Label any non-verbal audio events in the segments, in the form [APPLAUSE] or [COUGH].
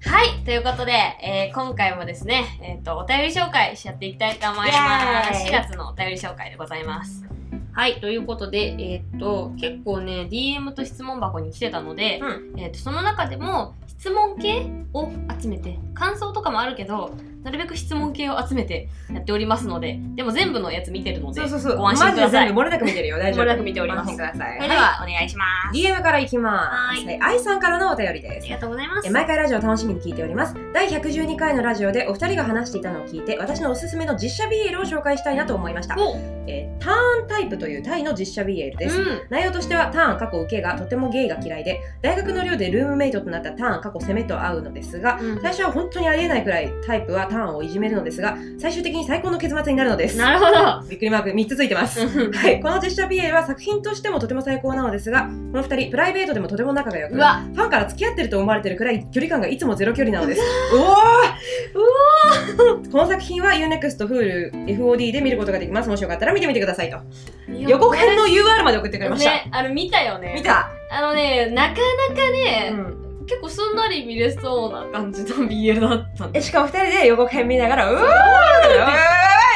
はい、ということで、えー今回もですね、えっ、と、お便り紹介しちゃっていきたいと思います。イエーイ4月のお便り紹介でございます。はい、ということで、えーっと、結構ね、DM と質問箱に来てたので、うえーっと、その中でも、質問系を集めて、感想とかもあるけど、なるべく質問系を集めてやっておりますので、でも全部のやつ見てるので、そうそうそう。ご安心マくジでださい全部漏れなく見てるよ。大丈夫。漏れなく見ておりますご安心ください。それでは、お願いします。 DM からいきます。ははい。愛さんからのお便りあですり。がとうございます。え毎回ラジオ楽しみに聞いております第112回のラジオでお二人が話していたのを聞いて私のおすすめの実写 BL を紹介したいなと思いました、おえーターンタイプというタイの実写 BL です、うん。内容としてはターン過去受けがとてもゲイが嫌いで大学の寮でルームメイトとなったターン過去攻めと会うのですがうん最初は本当にありえないくらいタイプはターンをいじめるのですが最終的に最高の結末になるのですなるほど。びっくりマーク3つついてます [LAUGHS] うんはい、この実写 BA は作品としてもとても最高なのですがこの2人プライベートでもとても仲が良 [LAUGHS] くうフわァンから付き合ってると思われてるくらい距離感がいつもゼロ距離なのですおおこの作品は UNEXT、Hulu、FOD で見ることができますもしよかったら見てみてくださいと予告編の UR まで送ってくれました、ね、あれ見たよね。見た、あのね、なかなかうね、ん、結構すんなり見れそうな感じの BL だったんえで。しかも2人で予告編見ながら「うわー!」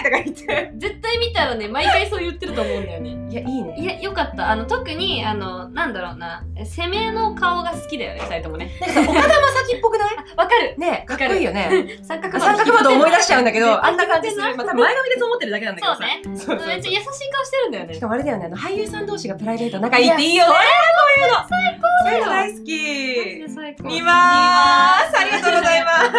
とか言って絶対見たらね、毎回そう言ってると思うんだよね。いやいいね [LAUGHS] いや、よかった。あの、特に、あの、なんだろうな、攻めの顔が好きだよね、二人ともね。なんかさ岡田将生っぽくないあわかるねかっこいいよね三角三角窓思い出しちゃうんだけど、あんな感じす絶対る。似まてるあ、多分前髪でそう思ってるだけなんだけどさ。そめうそうそうっちゃ優しい顔してるんだよねし。かもあれだよね、あの俳優さん同士がプライベート仲いいっていいよね。こういうの。最高大好き。最高見まーす。ありがとうございます。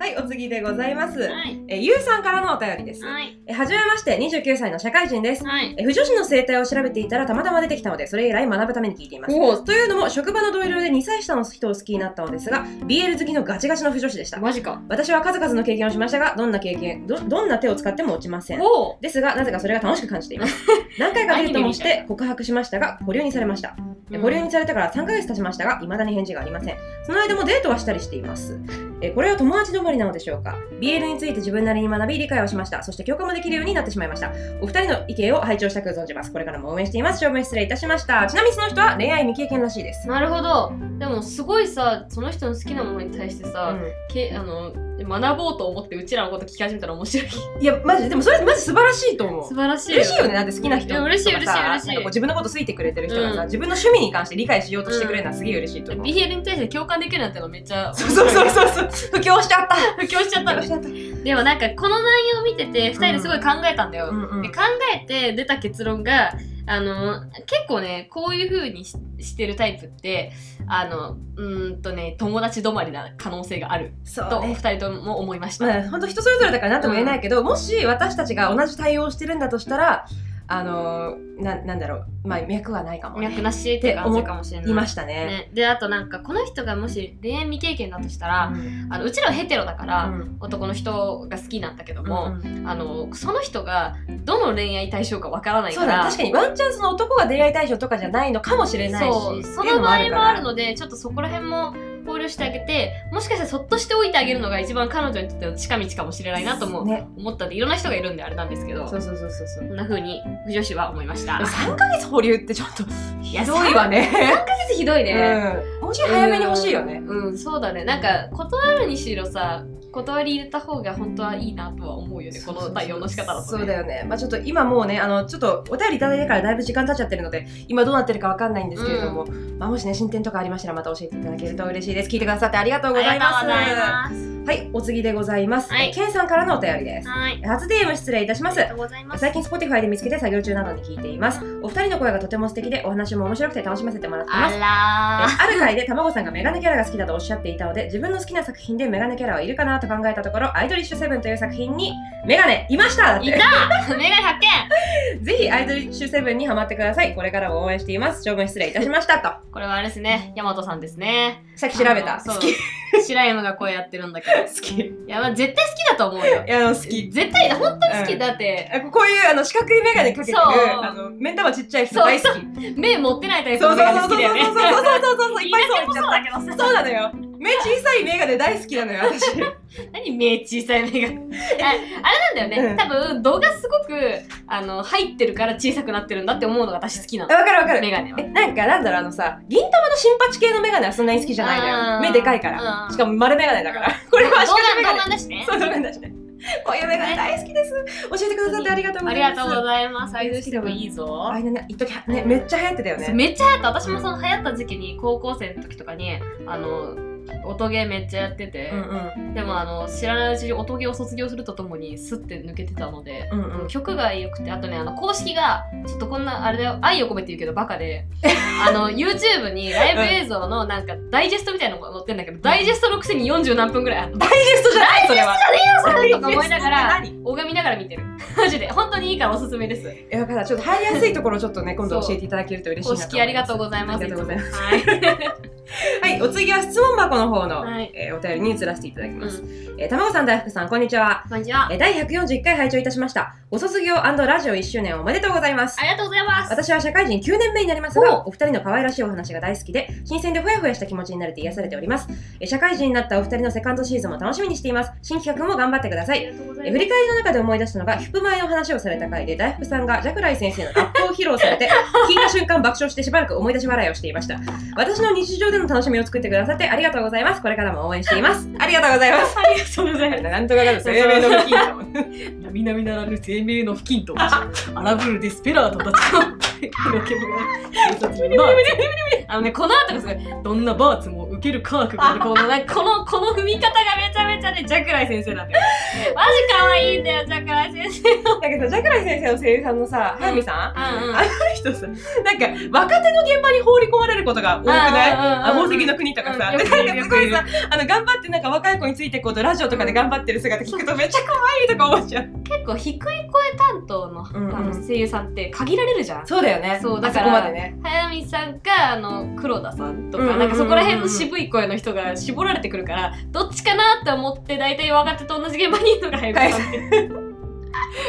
はい、お次でございます。はい。え、ゆうさんからのお便りです。はい。え、はじめまして、29歳の社会人です。はい。え、不女子の生態を調べていたらたまたま出てきたので、それ以来学ぶために聞いています。おお、というのも、職場の同僚で2歳下の人を好きになったのですが、BL 好きのガチガチの不女子でした。マジか。私は数々の経験をしましたがどんな経験どどんな手を使っても落ちませんおお。ですがなぜかそれが楽しく感じて [LAUGHS] います何回かデートもして告白しましたが保留にされましたえ保留にされてから3ヶ月経ちましたが未だに返事がありませんその間もデートはしたりしていますえこれは友達止まりなのでしょうか BL について自分なりに学び理解をしましたそして共感もできるようになってしまいましたお二人の意見を拝聴したく存じますこれからも応援しています長文失礼いたしましたちなみにその人は恋愛未経験らしいです、なるほどでもすごいさその人の好きなものに対してうさ、んけあの学ぼうと思ってうちらのこと聞き始めたら面白い素いやマジででもそれマジ素晴らしいと思う晴らしいよ嬉しいよねだって好きな人いや嬉しいとかさ嬉しい嬉しいなんかこう自分のこと好いてくれてる人がさ、うん自分の趣味に関して理解しようとしてくれるのはすげえ嬉しいと思う、 BL に対して共感できるなんてのめっちゃそうそうそうそう [LAUGHS] そう布教しちゃった布教しちゃった布ん教しでちゃったでもなんかこの内容を見てて2人ですごい考えたんだよ、うんうんで考えて出た結論があの結構ねこういう風にししてるタイプってあのうーんとね友達止まりな可能性があるそとう2ね人とも思いました、まあ本当人それぞれだから何とも言えないけど、もし私たちが同じ対応をしてるんだとしたらあのー、ななんだろうまあ脈はないかも、ね、脈なしって感じかもしれないいましたねね、であとなんかこの人がもし恋愛未経験だとしたうら、んあのうちらはヘテロだから、うん男の人が好きなんだけどもも、うあのその人がどの恋愛対象かわからないそかうだら確かにワンチャンスの男が恋愛対象とかじゃないのかもしれないしそうそっていうの場合もあるののでちょっとそこら辺も考慮してあげてもしかしたらそっとしておいてあげるのが一番彼女にとっての近道かもしれないなともね思ったんでいろんな人がいるんであれなんですけどそそうそうそうそうそうんな風に不女子は思いました3ヶ月保留ってちょっといひどいわね。ひどいね、うんもうちょい早めに欲しいよね。うん、そうだねなんか断るにしろさ断り入れた方が本当はいいなとは思うよねこの対応の仕方だと、ね、そうだよね。まあちょっと今もうね、あの、ちょっとお便りいただいてからだいぶ時間経っちゃってるので、今どうなってるかわかんないんですけれども、まあもしね、進展とかありましたらまた教えていただけると嬉しいです。聞いてくださってありがとうございます。ありがとうございはい、お次でございます。はケいイさんからのお便りですます。はい初 DM 失礼いたしあまりすが。とうございます最近 Spotify で見つけて作業中などに聞いています。お二人の声がとても素敵で、お話も面白くて楽しませてもらってます。えあある回で卵さんがメガネキャラが好きだとおっしゃっていたので自分の好きな作品でメガネキャラはいるかなと考えたところ「アイドリッシュセブンという作品にメガネいましただっらていたメガネ発ぜひアイドリッシュセブンにハマってくださいこれからも応援しています長文失礼いたしましたと見これはあれですねヤマトさんですねさっき調べたあのそう好き白山が声やってるんだけど好きいいやまあ絶対好きだと思うよやあの好き絶対本当に好き、うんだってあこういうあの四角いメガネかけてるそうあの目ん玉ちっちゃい人大好き目持ってないタイプそうそのメうガネそう好きだよねそうそうそうそうそうそうそういっぱいそう言っちゃっそうだけどさたそうなのよ目小さいメガネ大好きなのよ、 [LAUGHS] 私。何目小さい目が。ああれなんだよね、うん多分度がすごくあの入ってるから小さくなってるんだって思うのが私好きなの。わかるわかる。メガネはえ、。なんか、なんだろう、あのさ、銀玉の新八系のメガネはそんなに好きじゃないのあよ。ー目でかいから。うんしかも丸メガネだから。これは足動掛けメ画ガ動ネ。画だしね。そう、動画だしね。こういうメガネ大好きです。教えてくださってありがとうごあざりいます。がとうございます。愛用してもいいぞあ。れね、一時はね、めっちゃ流行ってたよね。めっちゃ流行った私もその流行った時期に高校生の時とかにあの音ゲーめっちゃやってて、うんうん。でもあの知らないうちに音ゲーを卒業するとともにスッて抜けてたので、うんうん。曲が良くてあとねあの公式がちょっとこんなあれだよ愛を込めて言うけどバカ [LAUGHS] であの YouTube にライブ映像のなんかダイジェストみたいなのが載ってんだけど、ダイジェストのくせに40何分ぐらいあったダイジェストじゃないそれは。ダイジェストじゃねえよ、とか思いながら何。拝みながら見てるマジで本当にいいからおすすめですえ、だから、ちょっと入りやすいところをちょ [LAUGHS] っとね、今度教えていただけると嬉しい公なと思います。式ありがとうございますありがとうございます。はいはい、お次は質問箱の方の、はいえーお便りに移らせていただきうます。んえー、たまごさん、大福さん、こんにちは。こんにちはえー第141回拝聴いたしました。ご卒業ラジオ1周年おめでとうございますあ。りがとうございます私は社会人9年目になりますが、お二人の可愛らしいお話が大好きで、新鮮でふやふやした気持ちになれて癒されております。えー社会人になったお二人のセカンドシーズンも楽しみにしています。新企画も頑張ってください。りがとうござえ振り返りの中で思い出したのが、ヒップ前の話をされた回で、大福さんがジャクライ先生のラップを披露され [LAUGHS] て、聞いた瞬間爆笑してしばらく思い出し笑いをしていました。私の日常での楽しみを作ってくださってありがとうございます。これからも応援しています。ありがとうござい [LAUGHS] ます。ありがとうございます。なんとかなる、生命の不均衡。並々ならぬ生命の不均等たち、荒ぶるデスペラートたちの、黒煙が警察のバーツあのね、この後がすごい、どんなバーツも受ける科学がある、この、なんかこの、この踏み方がめちゃめちゃね、ジャクライ先生なんだよ。 [LAUGHS] マジ可愛いんだよ、ジャクライ先生。 [LAUGHS] だけどさ、ジャクライ先生の声優さんのさ、早見さんうんうんあの人さ、なんか若手の現場に放り込まれることが多くないうんうんうんうんあ宝石の国とかさ、うんでよくいる [LAUGHS] なんかすごいさ、あの頑張ってなんか若い子についてこうとラジオとかで頑張ってる姿聞くとめっちゃ可愛いとか思っちゃう。結構低い声担当のあうんのうん声優さんって限られるじゃん。そうだよねそうだからあそこまでね。早見さんかあの黒田さんとか、うんうんうんうんなんかそこら辺の渋い声の人が絞られてくるからどっちかなって思って大体若手と同じ現場にいるのが早見さんって、 [LAUGHS]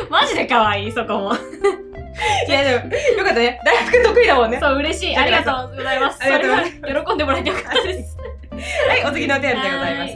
マジで可愛いそこもいやでも、よかったね。大福得意だもんね。はそう嬉しいじゃあありがとうございますありがとうござそれは喜んでもらえてよかったですい、お次のお便りでございます。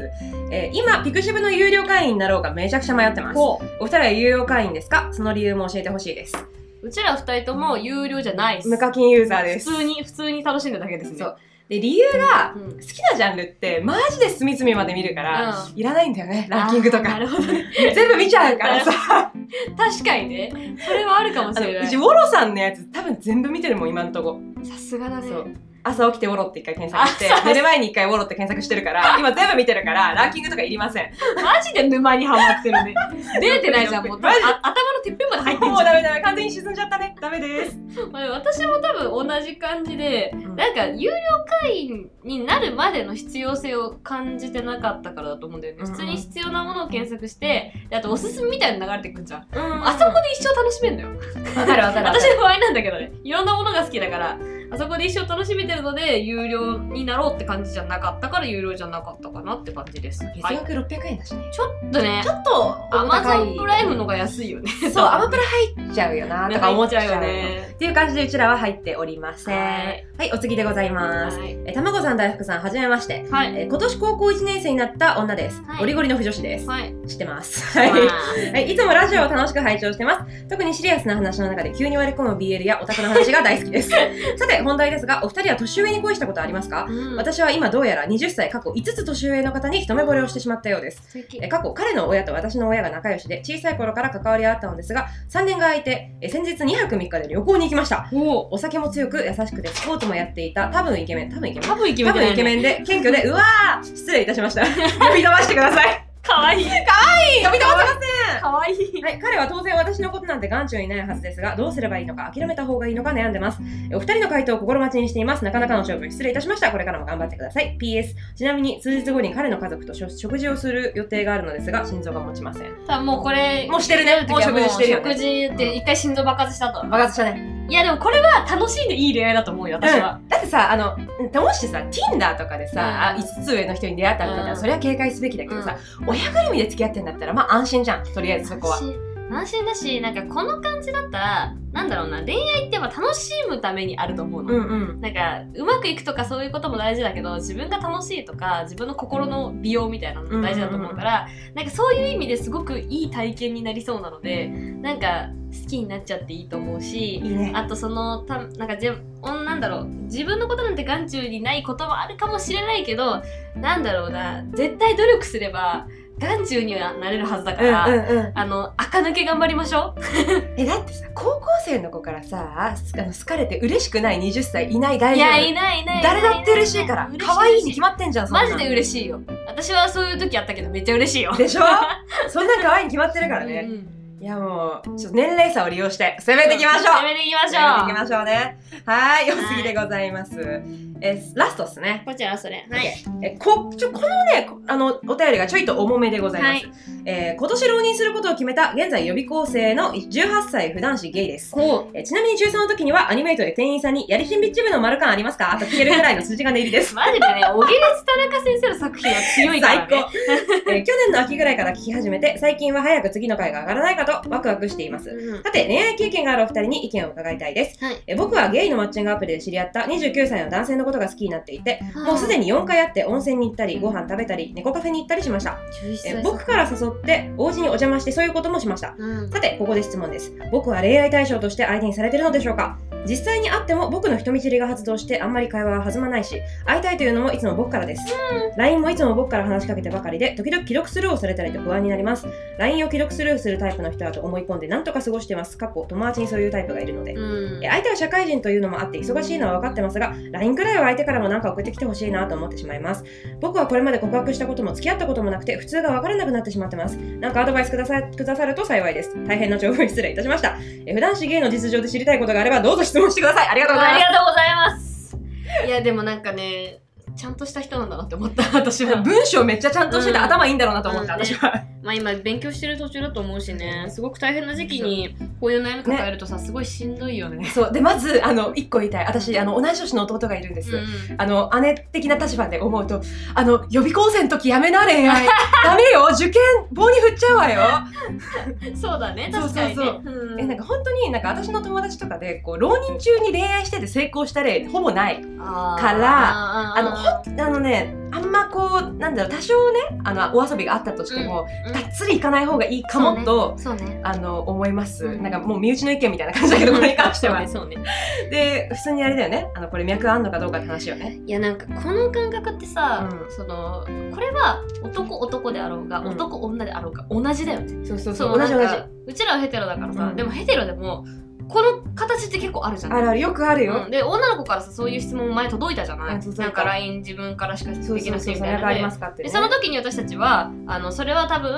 えー今、ピクシブの有料会員になろうかめちゃくちゃ迷ってます。こお二人は有料会員ですかその理由も教えてほしいです。ううちら二人とも有料じゃないっす無課金ユーザーで普す。通に普通に楽しんだだけですねそうで、理由が、うん好きなジャンルって、マジで隅々まで見るから、ういらないんだよね、ランキングとあーなか。るほどね全部見ちゃう [LAUGHS] からさ。確かにねそれはあるかもあしのれなうち、いウォロさんのやつ、多分全部見てるもん、今んとこ。さすがだねそう朝起きてウォロって一回検索 [LAUGHS] してあそう、寝る前に一回ウォロって検索して [LAUGHS] るから、今全部見てるから、ランキングとかいりません。マジで沼にはまって [LAUGHS] るね出れてないじゃんもうマジであ頭のてっぺんまで入ってんもじ [LAUGHS] ゃんうダメダメ、完全に沈んじゃったね。ダメです。まあ私も多分同じ感じでなんか有料会員になるまでの必要性を感じてなかったからだと思うんだよね、うんうん普通に必要なものを検索してであとおすすめみたいなの流れてくんじゃん、うんあそこで一生楽しめんだよわかるわかるわかる私の場合なんだけどねいろんなものが好きだからあそこで一生楽しめてるので有料になろうって感じじゃなかったから有料じゃなかったかなって感じです、はい、月額600円だしね。ちょっとねちょっとアマゾンプライムののが安いよねそう、アマプラ入っちゃうよなとか思っちゃうよね。ね。っていう感じでうちらは入っておりません。ははいい、お次でございます。はい。え、たまごさん、大福さん、はじめまして。はえ。今年高校1年生になった女です。はいゴリゴリの腐女子です。はい。知ってます。はい。はい、いつもラジオを楽しく拝聴してます。特にシリアスな話の中で急に割り込む BL やオタクの話が大好きです。 [LAUGHS] さて、本題ですが、お二人は年上に恋したことありますか私は今どうやら20歳過去5つ年上の方に一目惚れをしてしまったようです。え過去彼の親と私の親が仲良しで小さい頃から関わり合ったのですが3年が空いてえ先日2泊3日で旅行に行きましたおお酒も強く優しくてスポーツもやっていた多分イケメン多分イケメン多分イケメ多ンだよね分イケメンで謙虚でうわー失礼いたしました呼び飛ばしてくださいかわい [LAUGHS] い。呼び飛ばせまかわいい。せんはい、彼は当然私のことなんて眼中にないはずですがどうすればいいのか諦めた方がいいのか悩んでますえお二人の回答を心待ちにしていますなかなかの長文失礼いたしましたこれからも頑張ってください PS ちなみに数日後に彼の家族と食食事をする予定があるのですが心臓が持ちません多分もうこれ、もうしてるねもう食事してるよね食事って一回心臓爆発したと。爆発したねいやでもこれは楽しんでいい恋愛だと思うよ、私は。だってさあのうんもしさ Tinder とかでさ、うんあ5つ上の人に出会ったんだったら、うんそれは警戒すべきだけどさ、う親ぐるみで付き合ってんだったらまあ安心じゃんとりあえずそこは安心安心だし、なんかこの感じだったら、なんだろうな恋愛ってやっぱ楽しむためにあると思うの、うんうんなんかうまくいくとかそういうことも大事だけど自分が楽しいとか自分の心の美容みたいなのも大事だと思うから、なんかそういう意味ですごくいい体験になりそうなのでなんか好きになっちゃっていいと思うしいいねあとそのたなんかぜおんなんだろう自分のことなんて眼中にないこともあるかもしれないけどなんだろうな絶対努力すれば眼中にはなれるはずだから、うんうんあの垢抜け頑張りましょうえだってさ高校生の子からさすあの好かれて嬉しくない20歳いない大い丈やい夫ないいないいない誰だって嬉しいから嬉し可愛いに嬉し決まってんじゃんそんなマジで嬉しいよ私はそういう時あったけどめっちゃ嬉しいよでしょそんなん可愛いに決まってるからうねんうんいやもうちょっと年齢差を利用して攻めていきましょう攻めていきましょう攻めていきましょうねはい良すぎでございますえラストっすねこちらそれはいえこちょこのねこあのお便りがちょいと重めでございます、えー今年浪人することを決めた現在予備校生の18歳普段子ゲイですこえちなみに中3の時にはアニメイトで店員さんに「やりしんビッチ部の丸感ありますか?」と聞けるぐらいの筋金入り [LAUGHS] です。うマジでね小木立田中先生の作品は強いから最高ね、えー去年の秋ぐらいから聞き始めて最近は早く次の回が上がらないかとワクワクしていますうんさて恋愛経験があるお二人に意見を伺いたいです、はいえ僕はゲイのマッチングアプリで知り合った29歳の男性のことが好きになっていてもうすでに4回会って温泉に行ったりご飯食べたり猫カフェに行ったりしました11歳え僕から誘ってお家にお邪魔してそういうこともしましたうんさて、ここで質問です。僕は恋愛対象として相手にされてるのでしょうか実際に会っても僕の人見知りが発動してあんまり会話は弾まないし、会いたいというのもいつも僕からです。LINE もいつも僕から話しかけてばかりで、時々既読スルーをされたりと不安になります。LINE を既読スルーするタイプの人だと思い込んで何とか過ごしてます。過去、友達にそういうタイプがいるので。うんえ相手は社会人というのもあって忙しいのは分かってますが LINE くらいは相手からも何か送ってきてほしいなと思ってしまいます僕はこれまで告白したことも付き合ったこともなくて普通が分からなくなってしまってます何かアドバイスくださくださると幸いです大変な情報失礼いたしましたえ普段し芸の実情で知りたいことがあればどうぞ質問してくださいありがとうござあいまりすがとうございますいやでもなんかねちゃんとした人なんだなって思った [LAUGHS] 私は文章めっちゃちゃんとしててうん頭いいんだろうなと思った、うんね私はまあ今勉強してる途中だと思うしねすごく大変な時期にこういう悩み抱えるとさ、すごいしんどいよねそうでまずあの1個言いたい私あの同じ年の弟がいるんでうんあの、姉的な立場で思うと、あの、予備校生の時やめな恋愛。ダメよ受験棒に振っちゃうわよ。そうだねそうそう確かにねそううんえ、なんか本当になんか私の友達とかで、こう、浪人中に恋愛してて成功した例ほぼない。からあーあのああのね、あんまこう、なんだろう、多少ね、あの、お遊びがあったとしても、ーうんがっつり行かない方がいいかもと、そうねあの、思います。うんなんかもう身内の意見みたいな感じだ [LAUGHS] けど、これに関しては。そうねそうねで、普通にあれだよね。あの、これ脈あんのかどうかって話よね。いやなんかこの感覚ってさ、うんそのこれは男男であろうが、うん男女であろうが同じだよねそうそうそそうう、同じ同じ。なんかうちらはヘテロだからさ、うんでもヘテロでもこの形って結構あるじゃんあるある、よくあるよ。うん、で女の子からさそういう質問前届いたじゃない、うん届いたなんか LINE 自分からしかでそうきそなくうてそう、みそたれいがあなりねますかって、でね。その時に私たちはあのそれは多分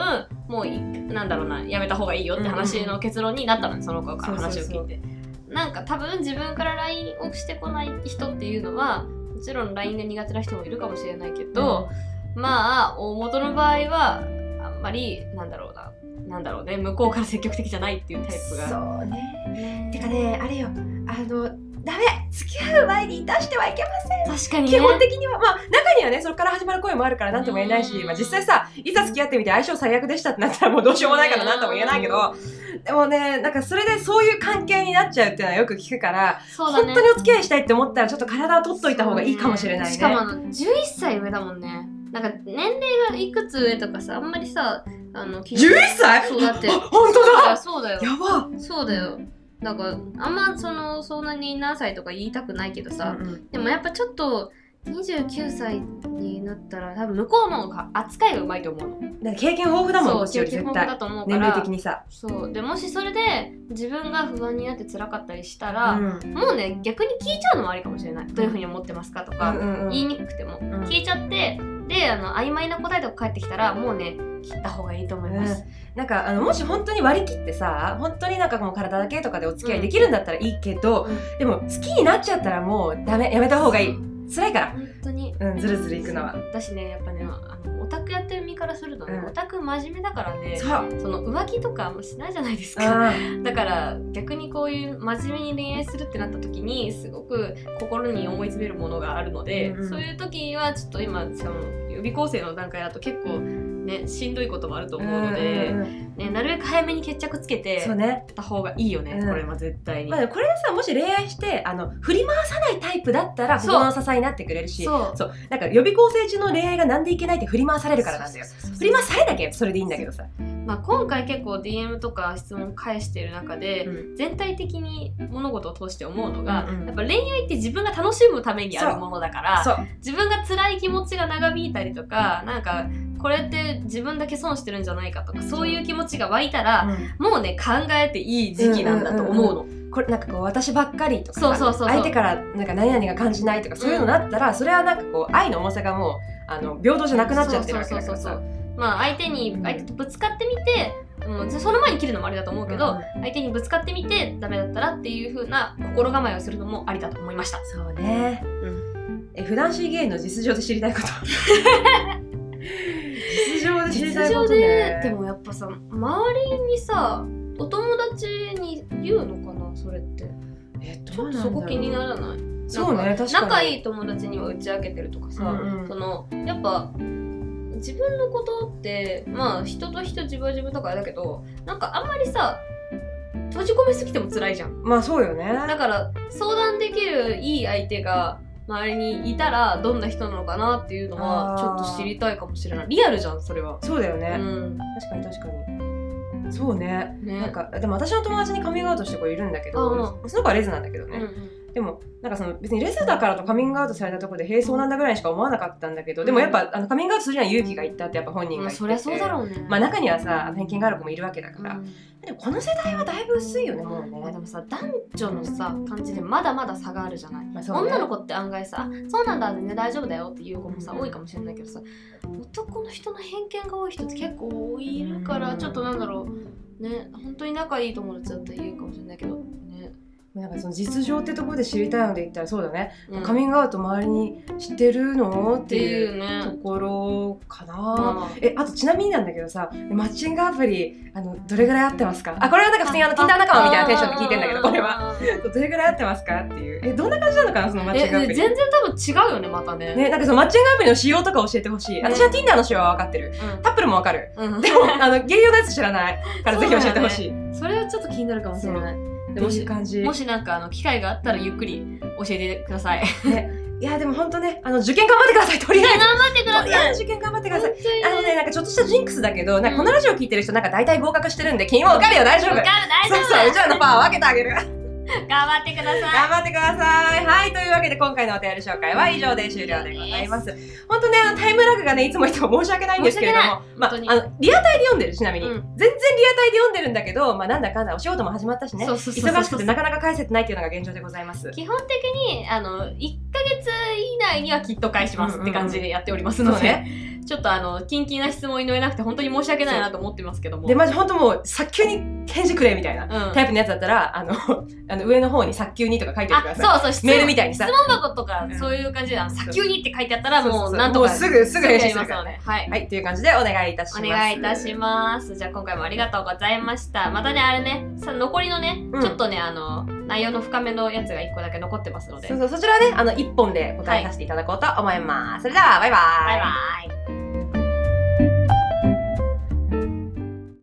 もういなんだろうなやめた方がいいよって話の結論になったのねその子からそうそ話うをそう聞いてなんか多分自分から LINE をしてこない人っていうのはもちろん LINE が苦手な人もいるかもしれないけど、まあ大元の場合はあんまりなんだろうななんだろうね向こうから積極的じゃないっていうタイプがそうねてかねあれよあのダメ付き合う前に出してはいけませ確んかにね基本的にはまあ中にはねそこから始まる声もあるから何とも言えないしうんまあ、実際さいざ付き合ってみて相性最悪でしたってなったらもうどうしようもないから何とも言えないけどでもねなんかそれでそういう関係になっちゃうっていうのはよく聞くから、そうだ本ね当にお付き合いしたいって思ったらちょっと体を取っといた方がいいかもしれないねしかもあの11歳上だもんねなんか年齢がいくつ上とかさあんまりさあの気に11歳そうだってあ本当だそうだよやばそうだよなんかあんまそのそんなに何歳とか言いたくないけどさ、うんうんでもやっぱちょっと29歳になったら多分向こうの方が扱いがうまいと思うのだから経験豊富だもんこっちそうよ経り験絶豊富だ対と思うか年齢ら的にさ、そうでもしそれで自分が不安になって辛かったりしたら、うんもうね逆に聞いちゃうのもありかもしれないどういうふうに思ってますかとか、うんうんうん言いにくくても、ん聞いちゃってであの曖昧な答えとか返ってきたらもうね切った方がいいと思います、なんかあのもし本当に割り切ってさ本当になんかもう体だけとかでお付き合いできるんだったらいいけど、うんでも好きになっちゃったらもうダメやめた方がいいそう辛いか本当にらうんずるずるいくのは私ねやっぱねあのオタクやってる身からするとね、うんオタク真面目だからねそうその浮気とかあんましないじゃないですかあだから逆にこういう真面目に恋愛するってなった時にすごく心に思い詰めるものがあるので、うんうんそういう時はちょっと今その予備校生の段階だと結構ね、しんどいこともあると思うので、うんうんうんね、なるべく早めに決着つけてそうね、った方がいいよね、うんこれは絶対に。まあ、これさもし恋愛してあの振り回さないタイプだったらそ不う動の支えになってくれるしそうなんか予備校生中の恋愛がなんでいけないって振り回されるからなんだよそうそうそうそう振り回されなきゃそれでいいんだけどさまあ、今回結構 DM とか質問返してる中で、う全体的に物事を通して思うのが、うんうんやっぱ恋愛って自分が楽しむためにあるものだからそう自分が辛い気持ちが長引いたりとかなんかこれって自分だけ損してるんじゃないかとかそういう気持ちが湧いたら、もうね考えていい時期なんだと思うの。これなんかこう私ばっかりとかさそうそうそうそう相手からなんか何々が感じないとかそういうのだったら、それはなんかこう愛の重さがもうあの平等じゃなくなっちゃってるわけだからそうそうさそうそうまあ相手にうん相手とぶつかってみて、うん、その前に切るのもありだと思うけど、相手にぶつかってみてダメだったらっていう風な心構えをするのもありだと思いましたそうね、えフランシー・ゲイの実情で知りたいこと [LAUGHS] 実情で知りたいことねでもやっぱさ周りにさお友達に言うのかなそれってえちょっとそこ気にならないそうねなん確かに仲いい友達には打ち明けてるとかさ、うんうんそのやっぱ自分のことってまあ人と人自分は自分とかあれだけどなんかあんまりさ閉じ込めすぎても辛いじゃんまあそうよねだから相談できるいい相手が周りにいたらどんな人なのかなっていうのはあーちょっと知りたいかもしれないリアルじゃんそれは、そうだようね、ん確かに確かにそうねねなんかでも私の友達にカミングアウトして子いるんだけどその子はレズなんだけどうんうね、んでもなんかその別にレズだからとカミングアウトされたところで並走なんだぐらいにしか思わなかったんだけどでもやっぱあのカミングアウトするには勇気がいったってやっぱ本人まあ、が言ってて、そりゃそうだろうねまあ中にはさ偏見がある子もいるわけだうかんら、でもこの世代はだいぶ薄いよねもうね、まあでもさ男女のさ感じでまだまだ差があるじゃないまあ女の子子って案外さ「そうなんだ全然大丈夫だよ」っていう子もさうん多いかもしれないけどさ男の人の偏見が多い人って結構多いるからちょっとなんだろうね本当に仲いい友達だったら言うかもしれないけどね、なんかその実情ってところで知りたいので言ったらそうだね、うんカミングアウト周りに知ってるのっってていいううねところかな、まあえあとちなみになんだけどさマッチングアプリあのどれぐらい合ってますかあこれはなんか普通にあの Tinder 仲間みたいなテンションで聞いてんだけどこれははそうどれぐらい合ってますかっていうえどんな感じなのかなそのマッチングアプ全リ然多分違うよねまたねねなんかそのマッチングアプリの仕様とか教えてほしい、ね私は Tinder の仕様は分かってるうタップルも分 [LAUGHS] かるん、うんでもあの芸用のやつ知らないからぜひ教えてほしい、それはちょっと気になるかもしれないっでてもいうし感じもしなんかあの機会があったらゆっくり教えてくださいいやでも本当ねあの受験頑張ってくださいとりあえ [LAUGHS] ず頑張ってくだとりあさいえず受験頑張ってください本当にあのね、なんかちょっとしたジンクスだけど、なんかこのラジオ聞いてる人、なんか大体合格してるんで、君も受かるよ、大丈夫。わかる大丈そうそう、うちらのパワー分けてあげる。夫頑張ってください頑張ってください。はい、というわけで今回のお便り紹介は以上で終了でございます。本当ね、あのタイムラグがね、いつもいつも申し訳ないんですけれども、まあ、本あ当にのリアタイで読んでる、ちなみに。うん全然リアタイで読んでるんだけど、まあ、なんだかんだお仕事も始まったしね。そうそうそうそう忙しくてなかなか返せてないっていうのが現状でございます。基本的にあの1ヶ月以内にはきっと返しますって感じでやっておりますので、そうね。ちょっとあのキンキンな質問に乗れなくて本当に申し訳ないなと思ってますけどもで、マジ本当もう、早急に返事くれみたいな。うん、タイプのやつだったら、あの、 [LAUGHS] あの上の方に早急にとか書いておいてくだあさそうい。そう質問メールみたいにさ質問箱とかうんそういう感じであの「早急に」って書いてあったらもうなんともかうすぐすぐや返信りすまるすからのではいはい、という感じでお願いいたします。お願いいたしますじゃあ今回もありがとうございましたまたねあれねさ残りのね、うんちょっとねあの内容の深めのやつが1個だけ残ってますのでそうそう、そちらね、あの、一本で答えさせていただこうと思います。それでは、バイバイ。バイバイ